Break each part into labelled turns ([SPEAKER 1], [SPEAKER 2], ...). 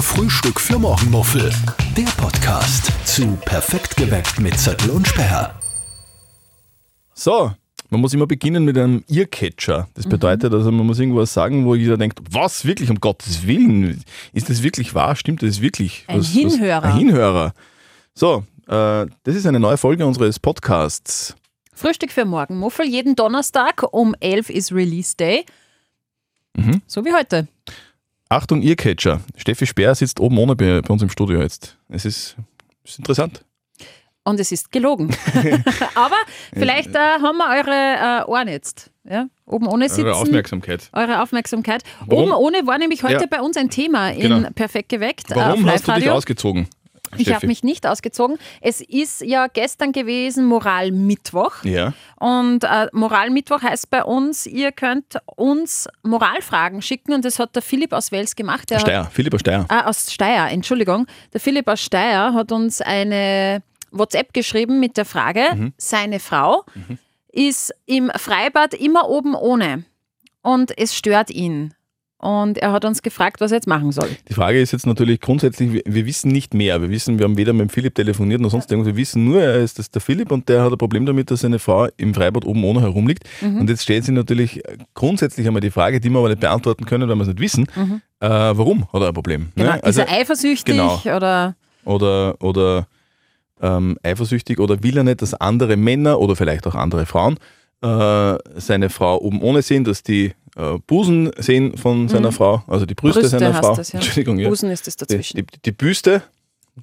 [SPEAKER 1] Frühstück für Morgenmuffel. Der Podcast zu Perfekt geweckt mit Zettel und Sperr.
[SPEAKER 2] So, man muss immer beginnen mit einem Earcatcher. Das
[SPEAKER 3] Mhm.
[SPEAKER 2] bedeutet, also man muss irgendwas sagen, wo jeder denkt, was wirklich, um Gottes Willen, ist das wirklich wahr? Stimmt das wirklich?
[SPEAKER 3] Ein
[SPEAKER 2] Was- was-
[SPEAKER 3] Hinhörer.
[SPEAKER 2] ein Hinhörer. So, äh, das ist eine neue Folge unseres Podcasts.
[SPEAKER 3] Frühstück für morgen. Muffel jeden Donnerstag um 11 ist Release Day.
[SPEAKER 2] Mhm.
[SPEAKER 3] So wie heute.
[SPEAKER 2] Achtung, Earcatcher. Steffi Speer sitzt oben ohne bei, bei uns im Studio jetzt. Es ist, ist interessant.
[SPEAKER 3] Und es ist gelogen. Aber vielleicht äh, haben wir eure äh, Ohren jetzt. Ja? Oben ohne sitzen.
[SPEAKER 2] Aufmerksamkeit.
[SPEAKER 3] Eure Aufmerksamkeit.
[SPEAKER 2] Warum-
[SPEAKER 3] Oben ohne war nämlich heute
[SPEAKER 2] Ja.
[SPEAKER 3] bei uns ein Thema in
[SPEAKER 2] Genau.
[SPEAKER 3] Perfekt geweckt.
[SPEAKER 2] Warum
[SPEAKER 3] äh,
[SPEAKER 2] hast du dich
[SPEAKER 3] Live-Radio.
[SPEAKER 2] ausgezogen?
[SPEAKER 3] Ich habe
[SPEAKER 2] Steffi?
[SPEAKER 3] mich nicht ausgezogen. Es ist ja gestern gewesen Moral-Mittwoch.
[SPEAKER 2] Ja.
[SPEAKER 3] Und äh, Moralmittwoch heißt bei uns, ihr könnt uns Moralfragen schicken und das hat der Philipp aus Wels gemacht. Der
[SPEAKER 2] Steyr, Philippa Steyr.
[SPEAKER 3] Hat, ah, aus Steyr, Entschuldigung. Der Philipp aus Steyr hat uns eine WhatsApp geschrieben mit der Frage,
[SPEAKER 2] Mhm.
[SPEAKER 3] seine Frau ist im Freibad immer oben ohne und es stört ihn. Und er hat uns gefragt, was er jetzt machen soll.
[SPEAKER 2] Die Frage ist jetzt natürlich grundsätzlich, wir- wir wissen nicht mehr. Wir wissen, wir haben weder mit dem Philipp telefoniert noch sonst irgendwas. Wir wissen nur, er ist das der Philipp und der hat ein Problem damit, dass seine Frau im Freibad oben ohne herumliegt.
[SPEAKER 3] Mhm.
[SPEAKER 2] Und jetzt stellt sich natürlich grundsätzlich einmal die Frage, die wir aber nicht beantworten können, weil wir es nicht wissen. Äh, warum hat er ein Problem?
[SPEAKER 3] Mhm. Genau.
[SPEAKER 2] Ne? Also,
[SPEAKER 3] ist er eifersüchtig
[SPEAKER 2] genau.
[SPEAKER 3] oder
[SPEAKER 2] oder oder ähm, eifersüchtig oder will er nicht, dass andere Männer oder vielleicht auch andere Frauen äh, seine Frau oben ohne sehen, dass die äh, Busen sehen von seiner Frau, also die Brüste,
[SPEAKER 3] Mhm. Brüste
[SPEAKER 2] seiner
[SPEAKER 3] heißt
[SPEAKER 2] Frau.
[SPEAKER 3] das, ja.
[SPEAKER 2] Entschuldigung, ja.
[SPEAKER 3] Busen ist es
[SPEAKER 2] Die,
[SPEAKER 3] dazwischen?
[SPEAKER 2] die, die Büste,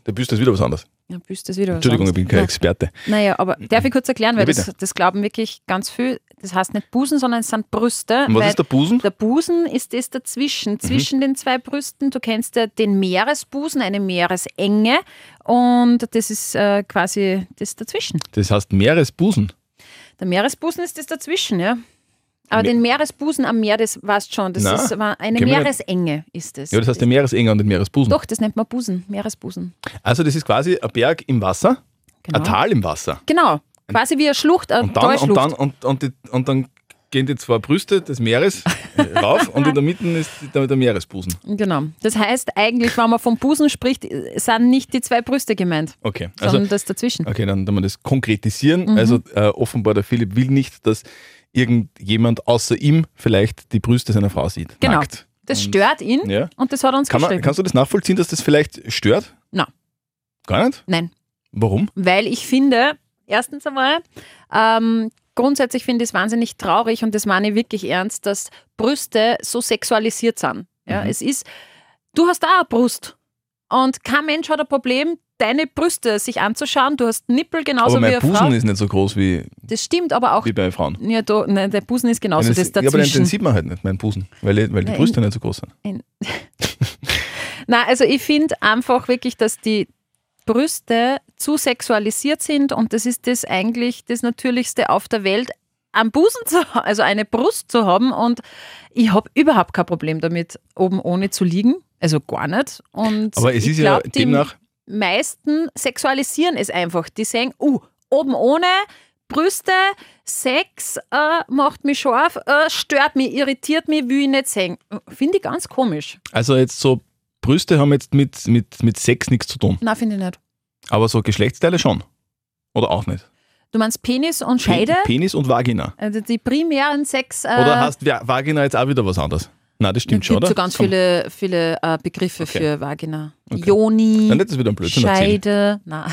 [SPEAKER 2] der Büste ist wieder was anderes.
[SPEAKER 3] Ja, büßt es wieder. was
[SPEAKER 2] Entschuldigung, ich
[SPEAKER 3] anderes.
[SPEAKER 2] bin kein
[SPEAKER 3] Ja.
[SPEAKER 2] Experte.
[SPEAKER 3] Naja, aber darf ich kurz erklären,
[SPEAKER 2] Ja,
[SPEAKER 3] weil
[SPEAKER 2] bitte.
[SPEAKER 3] das, das glauben wirklich ganz viel. Das heißt nicht Busen, sondern es sind Brüste.
[SPEAKER 2] Und was
[SPEAKER 3] weil
[SPEAKER 2] ist der Busen?
[SPEAKER 3] der Busen ist das
[SPEAKER 2] Mhm.
[SPEAKER 3] dazwischen, zwischen den zwei Brüsten. Du kennst ja den Meeresbusen, eine Meeresenge und das ist äh, quasi das dazwischen.
[SPEAKER 2] Das heißt Meeresbusen.
[SPEAKER 3] Der Meeresbusen ist das dazwischen, ja. Aber den Meeresbusen am Meer, das weißt schon, das
[SPEAKER 2] Na,
[SPEAKER 3] ist war eine
[SPEAKER 2] kenn mich nicht.
[SPEAKER 3] Meeresenge ist das.
[SPEAKER 2] Ja, das heißt der Meeresenger und der Meeresbusen.
[SPEAKER 3] Doch, das nennt man Busen, Meeresbusen.
[SPEAKER 2] Also das ist quasi ein Berg im Wasser,
[SPEAKER 3] Genau.
[SPEAKER 2] ein Ah, Tal im Wasser.
[SPEAKER 3] Genau, quasi wie eine Schlucht, eine
[SPEAKER 2] Und dann, und
[SPEAKER 3] Talschlucht.
[SPEAKER 2] dann, und, und, die, und dann gehen die zwei Brüste des Meeres äh, rauf und in der Mitte ist der, der Meeresbusen.
[SPEAKER 3] Genau. Das heißt eigentlich, wenn man vom Busen spricht, sind nicht die zwei Brüste gemeint,
[SPEAKER 2] Okay,
[SPEAKER 3] sondern
[SPEAKER 2] also
[SPEAKER 3] das Mhm. dazwischen.
[SPEAKER 2] okay, dann dann wir das konkretisieren. Also äh, offenbar der Philipp will nicht, dass irgendjemand außer ihm vielleicht die Brüste seiner Frau sieht.
[SPEAKER 3] Genau.
[SPEAKER 2] Nackt.
[SPEAKER 3] Das stört ihn
[SPEAKER 2] Ja.
[SPEAKER 3] und das hat er uns
[SPEAKER 2] Kann man,
[SPEAKER 3] geschrieben.
[SPEAKER 2] kannst du das nachvollziehen, dass das vielleicht stört?
[SPEAKER 3] Nein.
[SPEAKER 2] Gar nicht?
[SPEAKER 3] Nein,
[SPEAKER 2] Warum?
[SPEAKER 3] weil ich finde, erstens einmal, ähm, grundsätzlich finde ich es wahnsinnig traurig und das meine ich wirklich ernst, dass Brüste so sexualisiert sind. Ja,
[SPEAKER 2] Mhm.
[SPEAKER 3] Es ist, du hast auch eine Brust und kein Mensch hat ein Problem, deine Brüste sich anzuschauen. Du hast Nippel genauso
[SPEAKER 2] aber
[SPEAKER 3] wie
[SPEAKER 2] mein
[SPEAKER 3] eine Frau.
[SPEAKER 2] Busen ist nicht so groß wie,
[SPEAKER 3] Das stimmt, aber auch.
[SPEAKER 2] wie bei Frauen.
[SPEAKER 3] Ja, da, nein, der Busen ist genauso das
[SPEAKER 2] ja, aber den, den
[SPEAKER 3] dazwischen.
[SPEAKER 2] sieht man halt nicht, meinen Busen, weil, weil die
[SPEAKER 3] Nein.
[SPEAKER 2] Brüste nicht so groß sind.
[SPEAKER 3] Na, also ich finde einfach wirklich, dass die Brüste zu sexualisiert sind und das ist das eigentlich das Natürlichste auf der Welt, am Busen zu haben, also eine Brust zu haben und ich habe überhaupt kein Problem damit, oben ohne zu liegen. Also gar nicht. Und
[SPEAKER 2] Aber es
[SPEAKER 3] ich
[SPEAKER 2] ist ja
[SPEAKER 3] glaub, die
[SPEAKER 2] demnach,
[SPEAKER 3] meisten sexualisieren es einfach. Die sagen, uh, oben ohne, Brüste, Sex äh, macht mich scharf, äh, stört mich, irritiert mich, will ich nicht sehen. Finde ich ganz komisch.
[SPEAKER 2] also jetzt so, Brüste haben jetzt mit, mit, mit Sex nichts zu tun.
[SPEAKER 3] Na, finde ich nicht.
[SPEAKER 2] Aber so Geschlechtsteile schon. Oder auch nicht.
[SPEAKER 3] Du meinst Penis und Scheide?
[SPEAKER 2] Pe- Penis und Vagina.
[SPEAKER 3] Also die primären Sex. Äh,
[SPEAKER 2] Oder hast Va- Vagina jetzt auch wieder was anderes? Nein, das stimmt
[SPEAKER 3] es
[SPEAKER 2] schon,
[SPEAKER 3] gibt
[SPEAKER 2] oder?
[SPEAKER 3] so ganz
[SPEAKER 2] Komm.
[SPEAKER 3] viele, viele äh, Begriffe
[SPEAKER 2] Okay.
[SPEAKER 3] für Vagina.
[SPEAKER 2] Okay.
[SPEAKER 3] Joni,
[SPEAKER 2] Dann hättest du wieder einen Blödsinn erzählt.
[SPEAKER 3] Scheide. Nein,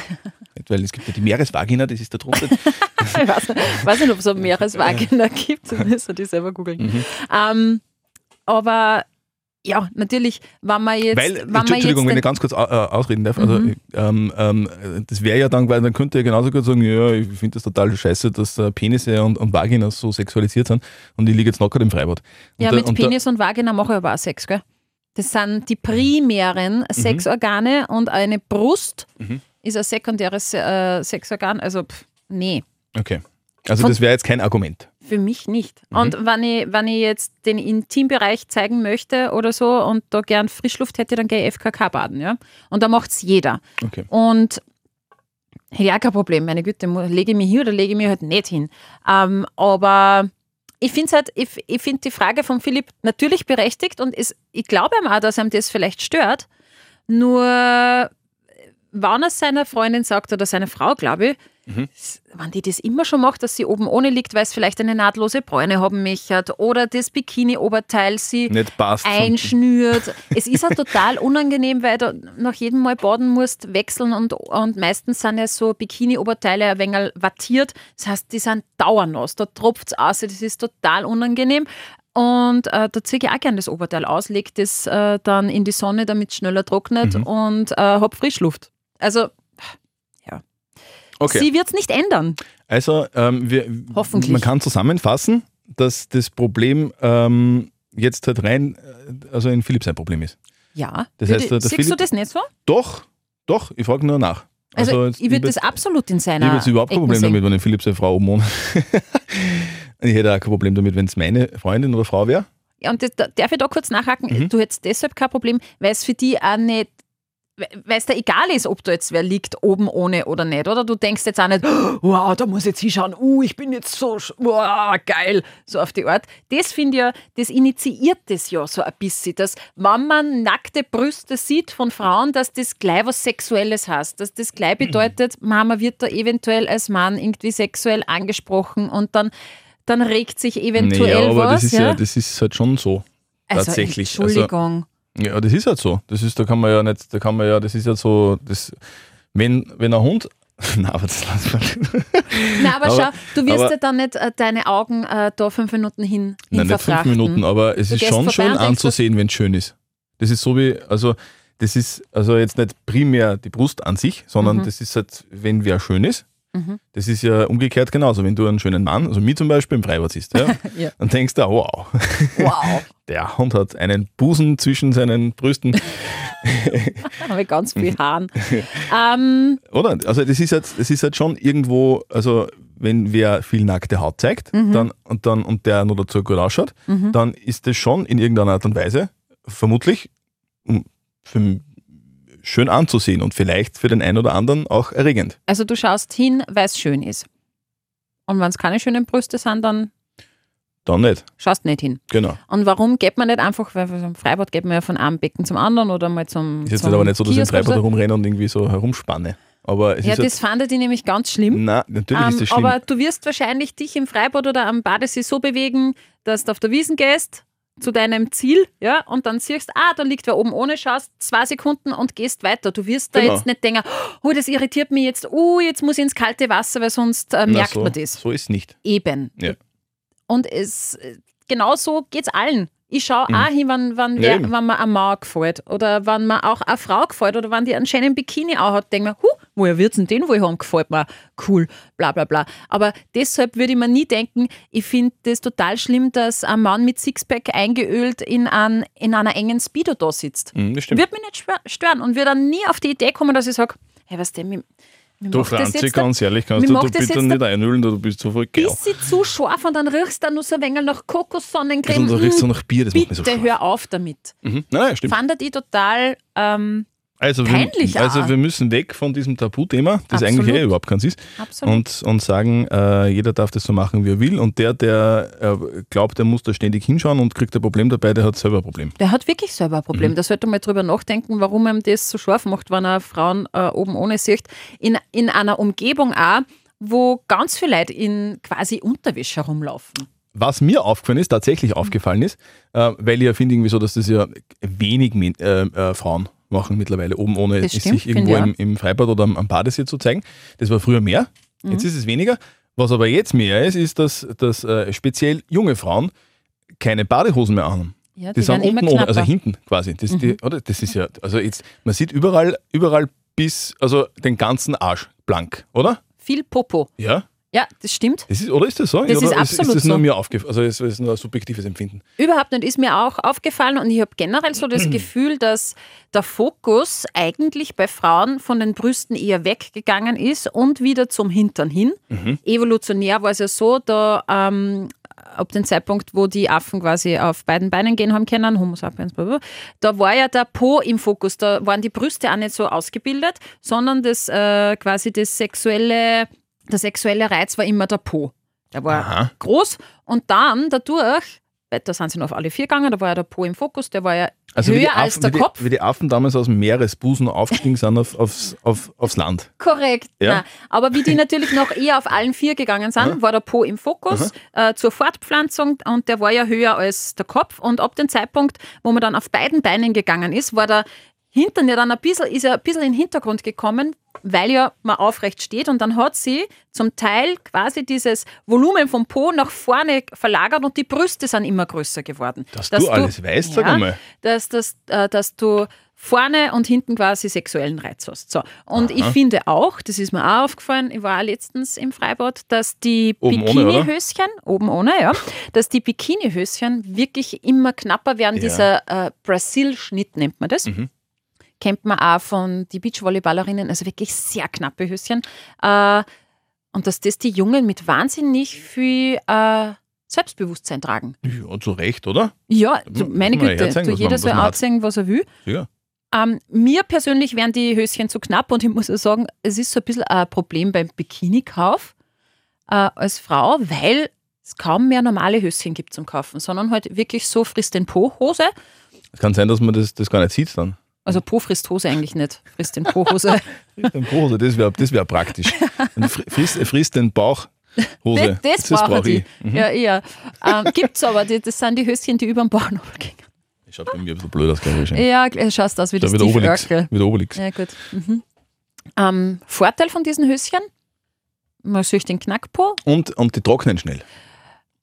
[SPEAKER 2] Nicht, Weil es gibt ja die Meeresvagina, das ist da drunter.
[SPEAKER 3] ich weiß nicht, weiß nicht ob es so Meeresvagina gibt. Das müssen die selber googeln.
[SPEAKER 2] Mhm.
[SPEAKER 3] Ähm, aber ja, natürlich, wenn man jetzt.
[SPEAKER 2] Weil,
[SPEAKER 3] wenn man
[SPEAKER 2] Entschuldigung, wenn ich
[SPEAKER 3] jetzt
[SPEAKER 2] ganz kurz au- äh, ausreden darf, also,
[SPEAKER 3] Mhm.
[SPEAKER 2] ähm, ähm, das wäre ja dann, weil dann könnte ihr genauso gut sagen, ja, ich finde das total scheiße, dass äh, Penisse und, und Vaginas so sexualisiert sind und ich liege jetzt locker im Freibad. Und
[SPEAKER 3] ja,
[SPEAKER 2] da-
[SPEAKER 3] mit
[SPEAKER 2] und da-
[SPEAKER 3] Penis und Vagina mache ich aber auch Sex, gell? Das sind
[SPEAKER 2] Mhm.
[SPEAKER 3] die primären Sexorgane und eine Brust
[SPEAKER 2] Mhm.
[SPEAKER 3] ist ein sekundäres äh, Sexorgan. Also, pff, nee.
[SPEAKER 2] Okay. Also
[SPEAKER 3] Von-
[SPEAKER 2] das wäre jetzt kein Argument.
[SPEAKER 3] Für mich nicht. Und wenn ich, wenn ich jetzt den Intimbereich zeigen möchte oder so und da gern Frischluft hätte, dann gehe ich FKK baden, ja. Und da macht es jeder.
[SPEAKER 2] Okay.
[SPEAKER 3] Und hätte ich auch kein Problem, meine Güte, mu- lege ich mich hin oder lege ich mich halt nicht hin. Ähm, aber ich finde halt, ich, ich finde die Frage von Philipp natürlich berechtigt und es, ich glaube ihm auch, dass ihm das vielleicht stört, Nur, wann er seiner Freundin sagt oder seiner Frau, glaube ich, s- wenn die das immer schon macht, dass sie oben ohne liegt, weil es vielleicht eine nahtlose Bräune haben möchte oder das Bikini-Oberteil sie
[SPEAKER 2] Nicht passt.
[SPEAKER 3] einschnürt. es ist ja total unangenehm, weil du nach jedem Mal baden musst, wechseln und, und meistens sind ja so Bikini-Oberteile ein wenig wattiert. Das heißt, die sind dauernd aus. Da tropft es aus. Das ist total unangenehm. Und äh, da ziehe ich auch gerne das Oberteil aus, lege das äh, dann in die Sonne, damit es schneller
[SPEAKER 2] Mhm.
[SPEAKER 3] trocknet und äh, habe Frischluft. Also
[SPEAKER 2] Okay.
[SPEAKER 3] sie wird es nicht ändern.
[SPEAKER 2] Also, ähm, wir,
[SPEAKER 3] Hoffentlich.
[SPEAKER 2] man kann zusammenfassen, dass das Problem ähm, jetzt halt rein, äh, also in Philipp sein Problem ist.
[SPEAKER 3] Ja.
[SPEAKER 2] Das
[SPEAKER 3] Würde-
[SPEAKER 2] heißt, der- der
[SPEAKER 3] siehst du
[SPEAKER 2] Philipp-
[SPEAKER 3] das nicht so?
[SPEAKER 2] Doch, doch, ich frage nur nach.
[SPEAKER 3] Also,
[SPEAKER 2] jetzt-
[SPEAKER 3] ich würde
[SPEAKER 2] würd-
[SPEAKER 3] das absolut in
[SPEAKER 2] Ich
[SPEAKER 3] seiner
[SPEAKER 2] habe jetzt überhaupt kein
[SPEAKER 3] Ecken
[SPEAKER 2] Problem
[SPEAKER 3] sehen.
[SPEAKER 2] damit, wenn ich Philipp seine Frau umarmt. ich hätte auch kein Problem damit, wenn es meine Freundin oder Frau wäre.
[SPEAKER 3] Ja, und das, da- darf ich da kurz nachhaken?
[SPEAKER 2] Mhm.
[SPEAKER 3] Du hättest deshalb kein Problem, weil es für die auch nicht, weil es da egal ist, ob da jetzt wer liegt, oben ohne oder nicht, oder? Du denkst jetzt auch nicht, "Oh, wow, da muss ich jetzt hinschauen, uh, ich bin jetzt so, sch- wow, geil, so auf die Art. Das finde ich ja, das initiiert das ja so ein bisschen, dass wenn man nackte Brüste sieht von Frauen, dass das gleich was Sexuelles heißt, dass das gleich
[SPEAKER 2] Mhm.
[SPEAKER 3] bedeutet, Mama wird da eventuell als Mann irgendwie sexuell angesprochen und dann, dann regt sich eventuell
[SPEAKER 2] ja, aber
[SPEAKER 3] was.
[SPEAKER 2] das ist ja, das ist halt schon so.
[SPEAKER 3] Also,
[SPEAKER 2] Tatsächlich, also-
[SPEAKER 3] Entschuldigung.
[SPEAKER 2] Ja, das ist halt so. Das ist, da kann man ja nicht, da kann man ja, das ist ja so, das, wenn, wenn ein Hund. Nein, aber das lass mal.
[SPEAKER 3] Nein, aber,
[SPEAKER 2] Aber-
[SPEAKER 3] schau, du wirst
[SPEAKER 2] aber-
[SPEAKER 3] ja dann nicht äh, deine Augen äh, da fünf Minuten hin, hin
[SPEAKER 2] Nein, nicht fünf
[SPEAKER 3] verfrachten.
[SPEAKER 2] Minuten, aber es
[SPEAKER 3] Du
[SPEAKER 2] ist
[SPEAKER 3] gehst
[SPEAKER 2] schon
[SPEAKER 3] vorbei
[SPEAKER 2] schön
[SPEAKER 3] und denkst,
[SPEAKER 2] anzusehen, wenn es schön ist. Das ist so wie, also das ist also jetzt nicht primär die Brust an sich, sondern das ist halt, wenn wer schön ist.
[SPEAKER 3] Mhm.
[SPEAKER 2] Das ist ja umgekehrt genauso. Wenn du einen schönen Mann, also mich zum Beispiel im Freibad siehst, ja,
[SPEAKER 3] Ja.
[SPEAKER 2] dann denkst du, ah, wow,
[SPEAKER 3] Wow,
[SPEAKER 2] der Hund hat einen Busen zwischen seinen Brüsten.
[SPEAKER 3] habe ich ganz viel Haaren. ähm,
[SPEAKER 2] Oder? Also das ist jetzt, das ist halt schon irgendwo, also wenn wer viel nackte Haut zeigt
[SPEAKER 3] Mhm.
[SPEAKER 2] dann, und, dann, und der nur dazu gut ausschaut, dann ist das schon in irgendeiner Art und Weise vermutlich m, für, schön anzusehen und vielleicht für den einen oder anderen auch erregend.
[SPEAKER 3] also du schaust hin, weil es schön ist. Und wenn es keine schönen Brüste sind, dann
[SPEAKER 2] Dann nicht.
[SPEAKER 3] schaust nicht hin.
[SPEAKER 2] Genau.
[SPEAKER 3] Und warum geht man nicht einfach, weil im Freibad geht man ja von einem Becken zum anderen oder mal zum
[SPEAKER 2] Ist jetzt
[SPEAKER 3] zum
[SPEAKER 2] aber nicht so, dass ich im
[SPEAKER 3] Kiosk oder
[SPEAKER 2] Freibad herumrenne und irgendwie so herumspanne. Aber es
[SPEAKER 3] Ja,
[SPEAKER 2] ist halt,
[SPEAKER 3] das fandet ich nämlich ganz schlimm.
[SPEAKER 2] na, natürlich ist
[SPEAKER 3] Ähm,
[SPEAKER 2] das schlimm.
[SPEAKER 3] Aber du wirst wahrscheinlich dich im Freibad oder am Badesee so bewegen, dass du auf der Wiesen gehst zu deinem Ziel, ja, und dann siehst, ah, da liegt wer oben ohne, schaust zwei Sekunden und gehst weiter. Du wirst da
[SPEAKER 2] Genau.
[SPEAKER 3] jetzt nicht denken, oh, das irritiert mich jetzt, oh, jetzt muss ich ins kalte Wasser, weil sonst äh,
[SPEAKER 2] Na,
[SPEAKER 3] merkt
[SPEAKER 2] so,
[SPEAKER 3] man das.
[SPEAKER 2] So ist nicht.
[SPEAKER 3] Eben.
[SPEAKER 2] Ja.
[SPEAKER 3] Und es, genau so geht es allen. Ich schaue auch hin, wann, wann,
[SPEAKER 2] Mhm. Ja,
[SPEAKER 3] wer,
[SPEAKER 2] eben.
[SPEAKER 3] wann mir eine Mauer gefällt oder wann mir auch eine Frau gefällt oder wann die einen schönen Bikini auch hat, denke mir, huh, woher wird's denn den wohl haben, gefällt mir, cool, bla bla bla. Aber deshalb würde ich mir nie denken, ich finde das total schlimm, dass ein Mann mit Sixpack eingeölt in, an, in einer engen Speedo da sitzt.
[SPEAKER 2] Hm, Das stimmt.
[SPEAKER 3] Wird mich nicht schwör- stören und würde dann nie auf die Idee kommen, dass ich sage, hey, was denn, mir, mir
[SPEAKER 2] Du
[SPEAKER 3] macht das
[SPEAKER 2] Franzi,
[SPEAKER 3] jetzt der
[SPEAKER 2] ganz ehrlich, kannst
[SPEAKER 3] mir
[SPEAKER 2] du da
[SPEAKER 3] macht das
[SPEAKER 2] bitte
[SPEAKER 3] jetzt der-
[SPEAKER 2] nicht einölen, du bist so voll geil.
[SPEAKER 3] bisschen zu scharf und dann riechst du dann nur so ein wenig nach Kokossonnencreme. Hm,
[SPEAKER 2] Und da Also riechst du nach Bier, das macht mich so
[SPEAKER 3] Bitte
[SPEAKER 2] scharf.
[SPEAKER 3] hör auf damit.
[SPEAKER 2] Mhm. Nein, nein, stimmt.
[SPEAKER 3] Fandet ich total, ähm,
[SPEAKER 2] Also
[SPEAKER 3] Peinlich
[SPEAKER 2] wir,
[SPEAKER 3] auch.
[SPEAKER 2] also wir müssen weg von diesem Tabuthema, das
[SPEAKER 3] Absolut.
[SPEAKER 2] eigentlich eh überhaupt keins ist,
[SPEAKER 3] absolut.
[SPEAKER 2] und, und sagen, äh, jeder darf das so machen, wie er will. Und der, der äh, glaubt, er muss da ständig hinschauen und kriegt ein Problem dabei, der hat selber ein Problem.
[SPEAKER 3] der hat wirklich selber ein Problem.
[SPEAKER 2] Mhm.
[SPEAKER 3] Da sollte man drüber nachdenken, warum ihm das so scharf macht, wenn er Frauen äh, oben ohne sieht. In, in einer Umgebung auch, wo ganz viele Leute in quasi Unterwäsche herumlaufen.
[SPEAKER 2] Was mir aufgefallen ist,
[SPEAKER 3] Mhm.
[SPEAKER 2] tatsächlich aufgefallen ist, äh, weil ich ja finde irgendwie so, dass das ja wenig Men- äh, äh, Frauen machen mittlerweile, oben ohne
[SPEAKER 3] Das
[SPEAKER 2] es
[SPEAKER 3] stimmt,
[SPEAKER 2] sich irgendwo
[SPEAKER 3] finde
[SPEAKER 2] im, im Freibad oder am, am Badesee zu zeigen. Das war früher mehr, jetzt
[SPEAKER 3] Mhm.
[SPEAKER 2] ist es weniger. Was aber jetzt mehr ist, ist, dass, dass äh, speziell junge Frauen keine Badehosen mehr anhaben.
[SPEAKER 3] Ja,
[SPEAKER 2] Die, sind
[SPEAKER 3] werden Mhm.
[SPEAKER 2] unten ohne, also hinten quasi. Das, die, oder? das ist ja, also jetzt, man sieht überall, überall bis, also den ganzen Arsch blank, oder?
[SPEAKER 3] Viel Popo.
[SPEAKER 2] Ja.
[SPEAKER 3] Ja, das stimmt.
[SPEAKER 2] Das ist, oder ist das so?
[SPEAKER 3] Das
[SPEAKER 2] oder
[SPEAKER 3] ist
[SPEAKER 2] ist
[SPEAKER 3] absolut
[SPEAKER 2] das nur
[SPEAKER 3] so.
[SPEAKER 2] mir aufgefallen? Also es ist nur ein subjektives Empfinden.
[SPEAKER 3] Überhaupt nicht, ist mir auch aufgefallen und ich habe generell so das Gefühl, dass der Fokus eigentlich bei Frauen von den Brüsten eher weggegangen ist und wieder zum Hintern hin. Evolutionär war es ja so, da ähm, ab dem Zeitpunkt, wo die Affen quasi auf beiden Beinen gehen haben können, Homo sapiens, blablabla, da war ja der Po im Fokus, da waren die Brüste auch nicht so ausgebildet, sondern das äh, quasi das sexuelle, der sexuelle Reiz war immer der Po. Der war
[SPEAKER 2] Aha.
[SPEAKER 3] groß und dann dadurch Bett, da sind sie noch auf alle vier gegangen, da war ja der Po im Fokus, der war ja
[SPEAKER 2] Also wie die
[SPEAKER 3] höher
[SPEAKER 2] Affen,
[SPEAKER 3] als der
[SPEAKER 2] wie die,
[SPEAKER 3] Kopf.
[SPEAKER 2] Wie die Affen damals aus dem Meeresbusen aufgestiegen sind auf, aufs, auf, aufs Land.
[SPEAKER 3] Korrekt.
[SPEAKER 2] Ja.
[SPEAKER 3] Nein. Aber wie die natürlich noch eher auf allen vier gegangen sind, war der Po im Fokus äh, zur Fortpflanzung und der war ja höher als der Kopf. Und ab dem Zeitpunkt, wo man dann auf beiden Beinen gegangen ist, war der Hintern ja dann ein bisschen, ist ja ein bisschen in den Hintergrund gekommen, weil ja man aufrecht steht und dann hat sie zum Teil quasi dieses Volumen vom Po nach vorne verlagert und die Brüste sind immer größer geworden.
[SPEAKER 2] Dass du alles weißt, sag einmal.
[SPEAKER 3] Dass, dass, äh, dass du vorne und hinten quasi sexuellen Reiz hast. So. Und ich finde auch, das ist mir auch aufgefallen, ich war auch letztens im Freibad, dass die
[SPEAKER 2] Oben ohne, oder?
[SPEAKER 3] Bikinihöschen, oben ohne, ja, dass die Bikinihöschen wirklich immer knapper werden.
[SPEAKER 2] Ja. Mhm.
[SPEAKER 3] Dieser äh, Brasil-Schnitt nennt man das. Kennt man auch von den Beachvolleyballerinnen, also wirklich sehr knappe Höschen. Äh, und dass das die Jungen mit wahnsinnig viel äh, Selbstbewusstsein tragen.
[SPEAKER 2] Ja, zu Recht, oder?
[SPEAKER 3] Ja,
[SPEAKER 2] Muss
[SPEAKER 3] du, meine
[SPEAKER 2] man ja
[SPEAKER 3] Güte,
[SPEAKER 2] herzeigen,
[SPEAKER 3] du,
[SPEAKER 2] was
[SPEAKER 3] jeder
[SPEAKER 2] man-
[SPEAKER 3] soll
[SPEAKER 2] was man hat.
[SPEAKER 3] anziehen, was er will.
[SPEAKER 2] Ja.
[SPEAKER 3] Ähm, mir persönlich wären die Höschen zu knapp und ich muss auch sagen, es ist so ein bisschen ein Problem beim Bikini-Kauf äh, als Frau, weil es kaum mehr normale Höschen gibt zum Kaufen, sondern halt wirklich so frisst den Po-Hose.
[SPEAKER 2] Es kann sein, dass man das, das gar nicht sieht dann.
[SPEAKER 3] Also Po frisst Hose eigentlich nicht, frisst den Po-Hose.
[SPEAKER 2] Ein Po, also das wäre das wär praktisch. Und fri- frisst, frisst den Bauch. Hose.
[SPEAKER 3] das das brauche ich.
[SPEAKER 2] Mhm.
[SPEAKER 3] Ja, eher. Ähm, gibt's aber, die, das sind die Höschen, die über den Bauchnabel gehen.
[SPEAKER 2] Das Schaut bei mir ein bisschen blöd aus, glaube ich. schon.
[SPEAKER 3] Ja, äh, schaust aus wie
[SPEAKER 2] Da
[SPEAKER 3] das
[SPEAKER 2] wird
[SPEAKER 3] Steve
[SPEAKER 2] Obelix.
[SPEAKER 3] Urkel.
[SPEAKER 2] Wird Obelix.
[SPEAKER 3] Ja, gut. Mhm. Ähm, Vorteil von diesen Höschen? Man sieht den Knackpo.
[SPEAKER 2] Und, und die trocknen schnell.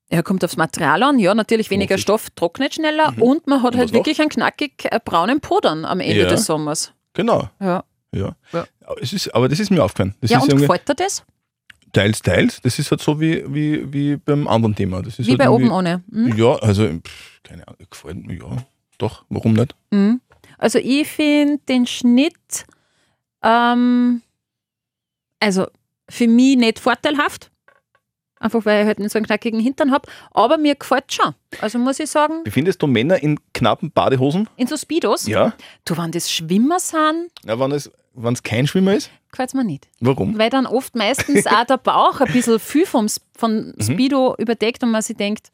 [SPEAKER 3] Er kommt aufs Material an. Ja, natürlich weniger
[SPEAKER 2] Richtig. Mhm.
[SPEAKER 3] Stoff, trocknet schneller und man hat
[SPEAKER 2] Und
[SPEAKER 3] halt
[SPEAKER 2] was noch?
[SPEAKER 3] wirklich einen knackig äh, braunen Po dann am Ende
[SPEAKER 2] Ja.
[SPEAKER 3] des Sommers.
[SPEAKER 2] Genau.
[SPEAKER 3] Ja,
[SPEAKER 2] Ja.
[SPEAKER 3] Ja.
[SPEAKER 2] Aber Es ist, aber das ist mir aufgefallen. Das
[SPEAKER 3] ja
[SPEAKER 2] ist
[SPEAKER 3] und
[SPEAKER 2] irgendwie
[SPEAKER 3] gefällt dir das?
[SPEAKER 2] teils, teils. Das ist halt so wie, wie, wie beim anderen Thema. Das ist
[SPEAKER 3] Wie
[SPEAKER 2] halt
[SPEAKER 3] bei
[SPEAKER 2] irgendwie-
[SPEAKER 3] oben ohne. Mhm.
[SPEAKER 2] Ja, also, pff, keine Ahnung, gefällt mir, ja. Doch, warum nicht?
[SPEAKER 3] Mhm. Also ich finde den Schnitt, ähm, also für mich nicht vorteilhaft. Einfach weil ich halt nicht so einen knackigen Hintern habe. Aber mir gefällt schon. Also muss ich sagen,
[SPEAKER 2] Befindest du Männer in knappen Badehosen?
[SPEAKER 3] in so Speedos.
[SPEAKER 2] Ja.
[SPEAKER 3] Du, wenn das Schwimmer sind,
[SPEAKER 2] ja wenn es wenn es kein Schwimmer ist,
[SPEAKER 3] gefällt mir nicht.
[SPEAKER 2] warum?
[SPEAKER 3] Weil dann oft meistens auch der Bauch ein bisschen viel vom, S- von
[SPEAKER 2] Mhm.
[SPEAKER 3] Speedo überdeckt und man sich denkt,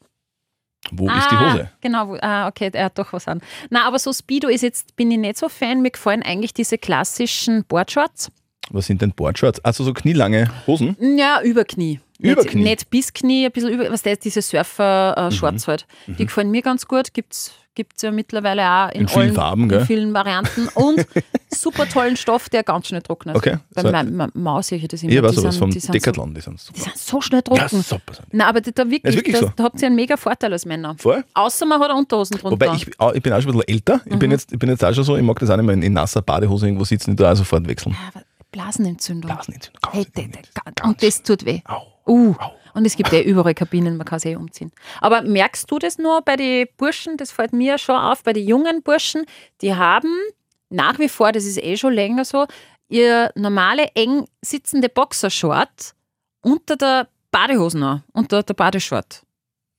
[SPEAKER 2] Wo
[SPEAKER 3] ah,
[SPEAKER 2] ist die Hose?
[SPEAKER 3] Genau, wo- ah, okay, er hat doch was an. Na, aber so Speedo ist jetzt, bin ich nicht so Fan. Mir gefallen eigentlich diese klassischen Boardshorts.
[SPEAKER 2] Was sind denn Boardshorts? Also so knielange Hosen?
[SPEAKER 3] Ja, über Knie.
[SPEAKER 2] Über
[SPEAKER 3] nicht,
[SPEAKER 2] Knie? Mhm.
[SPEAKER 3] nicht bis Knie, ein bisschen über, was der diese Surfer-Shorts halt. Die gefallen mir ganz gut. Gibt's gibt's ja mittlerweile auch in,
[SPEAKER 2] In vielen
[SPEAKER 3] allen,
[SPEAKER 2] Farben,
[SPEAKER 3] in
[SPEAKER 2] gell?
[SPEAKER 3] vielen Varianten und super tollen Stoff, der ganz schnell trocknet.
[SPEAKER 2] Okay,
[SPEAKER 3] Bei
[SPEAKER 2] so-
[SPEAKER 3] Ma Ma Maus sehe ich halt das immer.
[SPEAKER 2] Ich weiß
[SPEAKER 3] Die
[SPEAKER 2] aber was
[SPEAKER 3] sind-
[SPEAKER 2] vom
[SPEAKER 3] die sind so-
[SPEAKER 2] Decathlon, die sind super.
[SPEAKER 3] Die sind so schnell
[SPEAKER 2] Ja,
[SPEAKER 3] trocken.
[SPEAKER 2] super sind die.
[SPEAKER 3] Nein, aber da- da wirklich,
[SPEAKER 2] Ist wirklich
[SPEAKER 3] das,
[SPEAKER 2] so.
[SPEAKER 3] da habt ihr einen mega Vorteil als Männer.
[SPEAKER 2] Voll.
[SPEAKER 3] Außer man hat eine Unterhosen drunter.
[SPEAKER 2] Wobei ich, auch- ich bin auch schon ein bisschen älter. Ich,
[SPEAKER 3] Mhm.
[SPEAKER 2] bin jetzt, ich bin jetzt auch schon so, ich mag das auch nicht mehr in, in nasser Badehose irgendwo sitzen, die da auch sofort wechseln.
[SPEAKER 3] Ah, aber Blasenentzündung.
[SPEAKER 2] Blasenentzündung. Ganz
[SPEAKER 3] Hey,
[SPEAKER 2] schlimm,
[SPEAKER 3] de, de,
[SPEAKER 2] nicht.
[SPEAKER 3] ga-
[SPEAKER 2] Ganz
[SPEAKER 3] und das tut weh.
[SPEAKER 2] Au.
[SPEAKER 3] Uh,
[SPEAKER 2] Au.
[SPEAKER 3] und es gibt ja überall Kabinen, man kann sich eh umziehen. Aber merkst du das nur bei den Burschen? Das fällt mir schon auf, bei den jungen Burschen, die haben nach wie vor, das ist eh schon länger so, ihr normale eng sitzende Boxershort unter der Badehose noch, unter der Badeshort.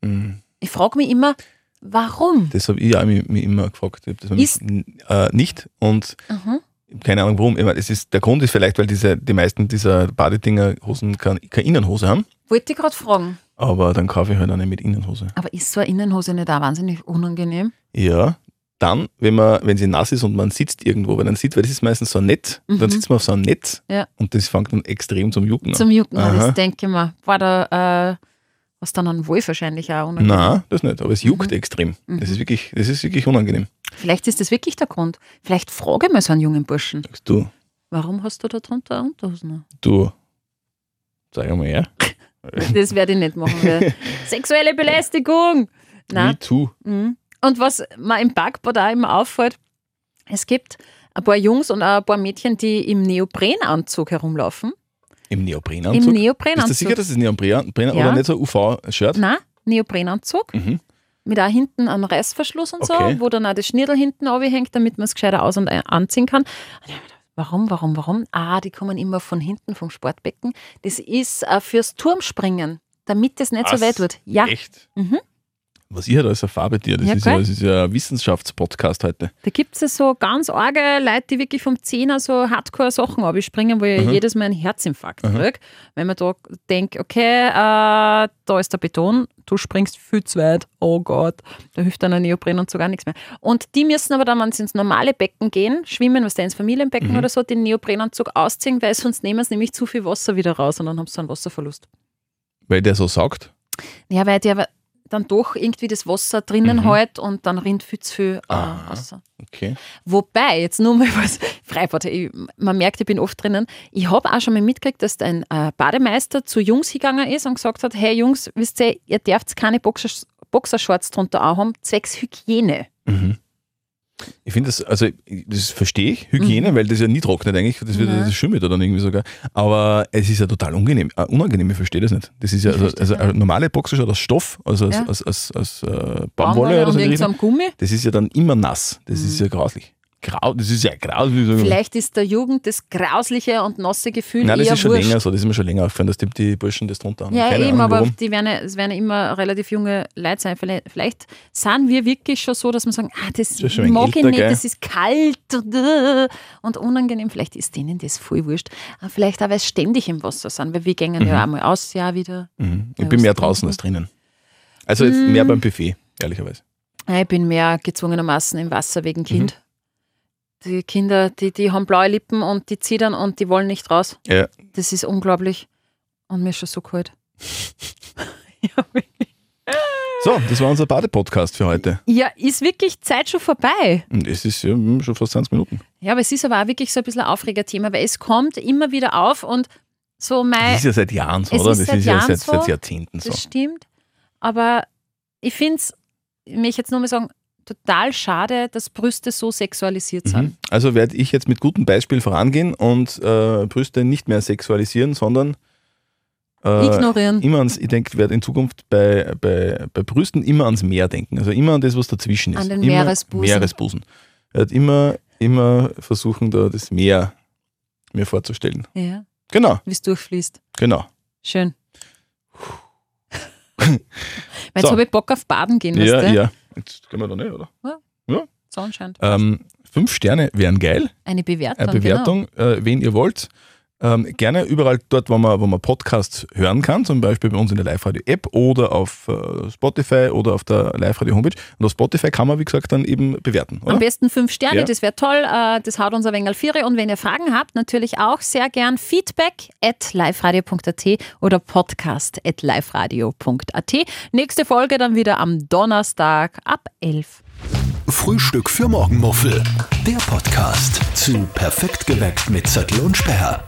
[SPEAKER 2] Mhm.
[SPEAKER 3] Ich frage mich immer, warum?
[SPEAKER 2] Das habe ich auch mich, mich immer gefragt. Ich hab das
[SPEAKER 3] Ist-
[SPEAKER 2] nämlich, äh, nicht und
[SPEAKER 3] Mhm.
[SPEAKER 2] keine Ahnung warum. Ich mein, es ist, der Grund ist vielleicht, weil diese, die meisten dieser Badedinger Hosen keine, keine Innenhose haben.
[SPEAKER 3] Wollte ich gerade fragen.
[SPEAKER 2] Aber dann kaufe ich halt eine mit Innenhose.
[SPEAKER 3] Aber ist so eine Innenhose nicht auch wahnsinnig unangenehm?
[SPEAKER 2] Ja. Dann, wenn man, wenn sie nass ist und man sitzt irgendwo, weil dann sieht, weil das ist meistens so ein Netz,
[SPEAKER 3] Mhm.
[SPEAKER 2] dann sitzt man auf so einem Netz
[SPEAKER 3] Ja.
[SPEAKER 2] und das fängt dann extrem zum Jucken an.
[SPEAKER 3] Zum Jucken,
[SPEAKER 2] ne? Aha.
[SPEAKER 3] das denke ich mir. War da äh, was dann an Wolf wahrscheinlich auch unangenehm.
[SPEAKER 2] Nein, das nicht, aber es
[SPEAKER 3] Mhm.
[SPEAKER 2] juckt extrem. Das ist wirklich, das ist wirklich unangenehm.
[SPEAKER 3] Vielleicht ist das wirklich der Grund. Vielleicht frage ich mal so einen jungen Burschen,
[SPEAKER 2] Sagst du,
[SPEAKER 3] warum hast du da drunter eine Unterhosen?
[SPEAKER 2] du, sag einmal her.
[SPEAKER 3] Das werde ich nicht machen. Weil sexuelle Belästigung! Nein.
[SPEAKER 2] Me too.
[SPEAKER 3] Mhm. Und was mir im Backbad auch immer auffällt, es gibt ein paar Jungs und auch ein paar Mädchen, die im Neoprenanzug herumlaufen.
[SPEAKER 2] Im Neoprenanzug.
[SPEAKER 3] Im
[SPEAKER 2] Bist
[SPEAKER 3] Neoprenanzug.
[SPEAKER 2] du sicher, dass es ein Neopren Brenner
[SPEAKER 3] Ja.
[SPEAKER 2] oder nicht so ein UV-Shirt?
[SPEAKER 3] Nein, Neoprenanzug.
[SPEAKER 2] Mhm.
[SPEAKER 3] Mit auch hinten einem Reißverschluss und
[SPEAKER 2] Okay.
[SPEAKER 3] so, wo dann auch das Schnirdel hinten hängt, damit man es gescheiter aus- und ein- anziehen kann. Und ich hab mir gedacht, Warum, warum, warum? Ah, die kommen immer von hinten vom Sportbecken. Das ist äh, fürs Turmspringen, damit das nicht so
[SPEAKER 2] Was?
[SPEAKER 3] weit wird. Ja,
[SPEAKER 2] Echt?
[SPEAKER 3] Mhm.
[SPEAKER 2] was ihr da alles erfahrt bei dir, das,
[SPEAKER 3] Ja,
[SPEAKER 2] ist, ja,
[SPEAKER 3] geil.
[SPEAKER 2] das ist ja ein Wissenschaftspodcast heute.
[SPEAKER 3] Da gibt es ja so ganz arge Leute, die wirklich vom Zehner so Hardcore-Sachen abspringen, wo ich
[SPEAKER 2] Mhm.
[SPEAKER 3] jedes Mal einen Herzinfarkt kriege. Wenn man da denkt, okay, äh, da ist der Beton, du springst viel zu weit, oh Gott, da hilft dann ein Neopren und so gar nichts mehr. Und die müssen aber dann, wenn sie ins normale Becken gehen, schwimmen, was da ins Familienbecken
[SPEAKER 2] Mhm.
[SPEAKER 3] oder so, den Neoprenanzug ausziehen, weil sonst nehmen sie nämlich zu viel Wasser wieder raus und dann haben sie einen Wasserverlust.
[SPEAKER 2] Weil der so sagt.
[SPEAKER 3] Ja, weil der dann doch irgendwie das Wasser drinnen
[SPEAKER 2] Mhm.
[SPEAKER 3] hält und dann rinnt viel zu viel äh,
[SPEAKER 2] Ah.
[SPEAKER 3] Wasser.
[SPEAKER 2] Okay.
[SPEAKER 3] Wobei, jetzt nur mal was, Freibad, ich, man merkt, ich bin oft drinnen. Ich habe auch schon mal mitgekriegt, dass ein äh, Bademeister zu Jungs hingegangen ist und gesagt hat, hey Jungs, wisst ihr, ihr dürft keine Boxers Boxershorts drunter anhaben, zwecks Hygiene.
[SPEAKER 2] Ich finde das, also ich- das verstehe ich, Hygiene, weil das ja nie trocknet eigentlich, das, wird,
[SPEAKER 3] Mhm. Ja.
[SPEAKER 2] das schimmelt ja dann irgendwie sogar. Aber es ist ja total unangenehm, äh, unangenehm ich verstehe das nicht. Das ist ja,
[SPEAKER 3] Ich
[SPEAKER 2] also,
[SPEAKER 3] verstehe
[SPEAKER 2] also
[SPEAKER 3] das
[SPEAKER 2] eine normale Boxershort aus Stoff, also aus,
[SPEAKER 3] Ja.
[SPEAKER 2] aus, aus, aus äh, Baumwolle oder
[SPEAKER 3] und
[SPEAKER 2] so. Hm. in die
[SPEAKER 3] irgend
[SPEAKER 2] Richtung.
[SPEAKER 3] so einem Gummi.
[SPEAKER 2] Das ist ja dann immer nass, das ist ja grauslich. Grau, das ist ja grauslich.
[SPEAKER 3] Vielleicht ist der Jugend das grausliche und nasse Gefühl
[SPEAKER 2] Nein, das
[SPEAKER 3] eher
[SPEAKER 2] ist schon
[SPEAKER 3] wurscht.
[SPEAKER 2] länger so, das ist mir schon länger aufgefallen, dass die, die Burschen das drunter haben.
[SPEAKER 3] Ja,
[SPEAKER 2] Keine
[SPEAKER 3] eben,
[SPEAKER 2] Ahnung,
[SPEAKER 3] aber
[SPEAKER 2] warum.
[SPEAKER 3] die werden, ja- es werden ja immer relativ junge Leute sein. Vielleicht, vielleicht sind wir wirklich schon so, dass wir sagen, ah, das
[SPEAKER 2] ist schon ein
[SPEAKER 3] mag ich
[SPEAKER 2] älter,
[SPEAKER 3] nicht,
[SPEAKER 2] gell?
[SPEAKER 3] das ist kalt und, äh, und unangenehm. Vielleicht ist denen das voll wurscht. Aber Vielleicht auch, weil sie ständig im Wasser sind, weil wir gehen ja auch mal aus, ja, wieder.
[SPEAKER 2] Mhm.
[SPEAKER 3] Ja,
[SPEAKER 2] Ich bin
[SPEAKER 3] was
[SPEAKER 2] mehr
[SPEAKER 3] trinken.
[SPEAKER 2] draußen als drinnen. Also jetzt mehr
[SPEAKER 3] Mhm.
[SPEAKER 2] beim Buffet, ehrlicherweise.
[SPEAKER 3] Ja, Ich bin mehr gezwungenermaßen im Wasser wegen Kind.
[SPEAKER 2] Mhm.
[SPEAKER 3] Die Kinder, die, die haben blaue Lippen und die zittern und die wollen nicht raus.
[SPEAKER 2] Ja.
[SPEAKER 3] Das ist unglaublich. Und mir ist schon so kalt.
[SPEAKER 2] So, das war unser Badepodcast für heute.
[SPEAKER 3] Ja, ist wirklich Zeit schon vorbei.
[SPEAKER 2] Und es ist ja, hm, schon fast 20 Minuten.
[SPEAKER 3] Ja, aber es ist aber auch wirklich so ein bisschen ein Aufregerthema, weil es kommt immer wieder auf und so
[SPEAKER 2] Das
[SPEAKER 3] mein,
[SPEAKER 2] ist ja seit Jahren so,
[SPEAKER 3] Äh, Es
[SPEAKER 2] oder?
[SPEAKER 3] ist
[SPEAKER 2] das
[SPEAKER 3] seit
[SPEAKER 2] ist ja
[SPEAKER 3] Jahren
[SPEAKER 2] seit, seit
[SPEAKER 3] so.
[SPEAKER 2] Jahrzehnten so.
[SPEAKER 3] das stimmt. Aber ich finde es, ich möchte jetzt nur mal sagen, total schade, dass Brüste so sexualisiert sind.
[SPEAKER 2] Mhm. Also werde ich jetzt mit gutem Beispiel vorangehen und äh, Brüste nicht mehr sexualisieren, sondern äh,
[SPEAKER 3] Ignorieren.
[SPEAKER 2] immer ans, ich denke, werde in Zukunft bei, bei, bei Brüsten immer ans Meer denken. Also immer an das, was dazwischen ist.
[SPEAKER 3] An den
[SPEAKER 2] immer
[SPEAKER 3] Meeresbusen.
[SPEAKER 2] Meeresbusen. Werd immer, immer versuchen, da das Meer mir vorzustellen.
[SPEAKER 3] Ja,
[SPEAKER 2] Genau,
[SPEAKER 3] wie es durchfließt.
[SPEAKER 2] genau.
[SPEAKER 3] Schön. Weil jetzt
[SPEAKER 2] So.
[SPEAKER 3] habe ich Bock auf Baden gehen,
[SPEAKER 2] ja,
[SPEAKER 3] weißt du?
[SPEAKER 2] ja. Jetzt können wir da nicht, oder?
[SPEAKER 3] Sonnenschein.
[SPEAKER 2] Ähm, fünf Sterne wären geil.
[SPEAKER 3] Eine Bewertung.
[SPEAKER 2] Eine Bewertung, äh, wen ihr wollt. Ähm, gerne überall dort, wo man, wo man Podcasts hören kann, zum Beispiel bei uns in der Live-Radio-App oder auf äh, Spotify oder auf der Live-Radio-Homepage. Und auf Spotify kann man, wie gesagt, dann eben bewerten,
[SPEAKER 3] Am
[SPEAKER 2] oder?
[SPEAKER 3] besten fünf Sterne,
[SPEAKER 2] Ja.
[SPEAKER 3] das wäre toll. Äh, Das haut uns ein wenig auf Viere. Und wenn ihr Fragen habt, natürlich auch sehr gern feedback at liveradio.at oder podcast at liveradio.at. Nächste Folge dann wieder am Donnerstag ab 11.
[SPEAKER 1] Frühstück für Morgenmuffel. Der Podcast zu Perfekt geweckt mit Zettel und Sperr.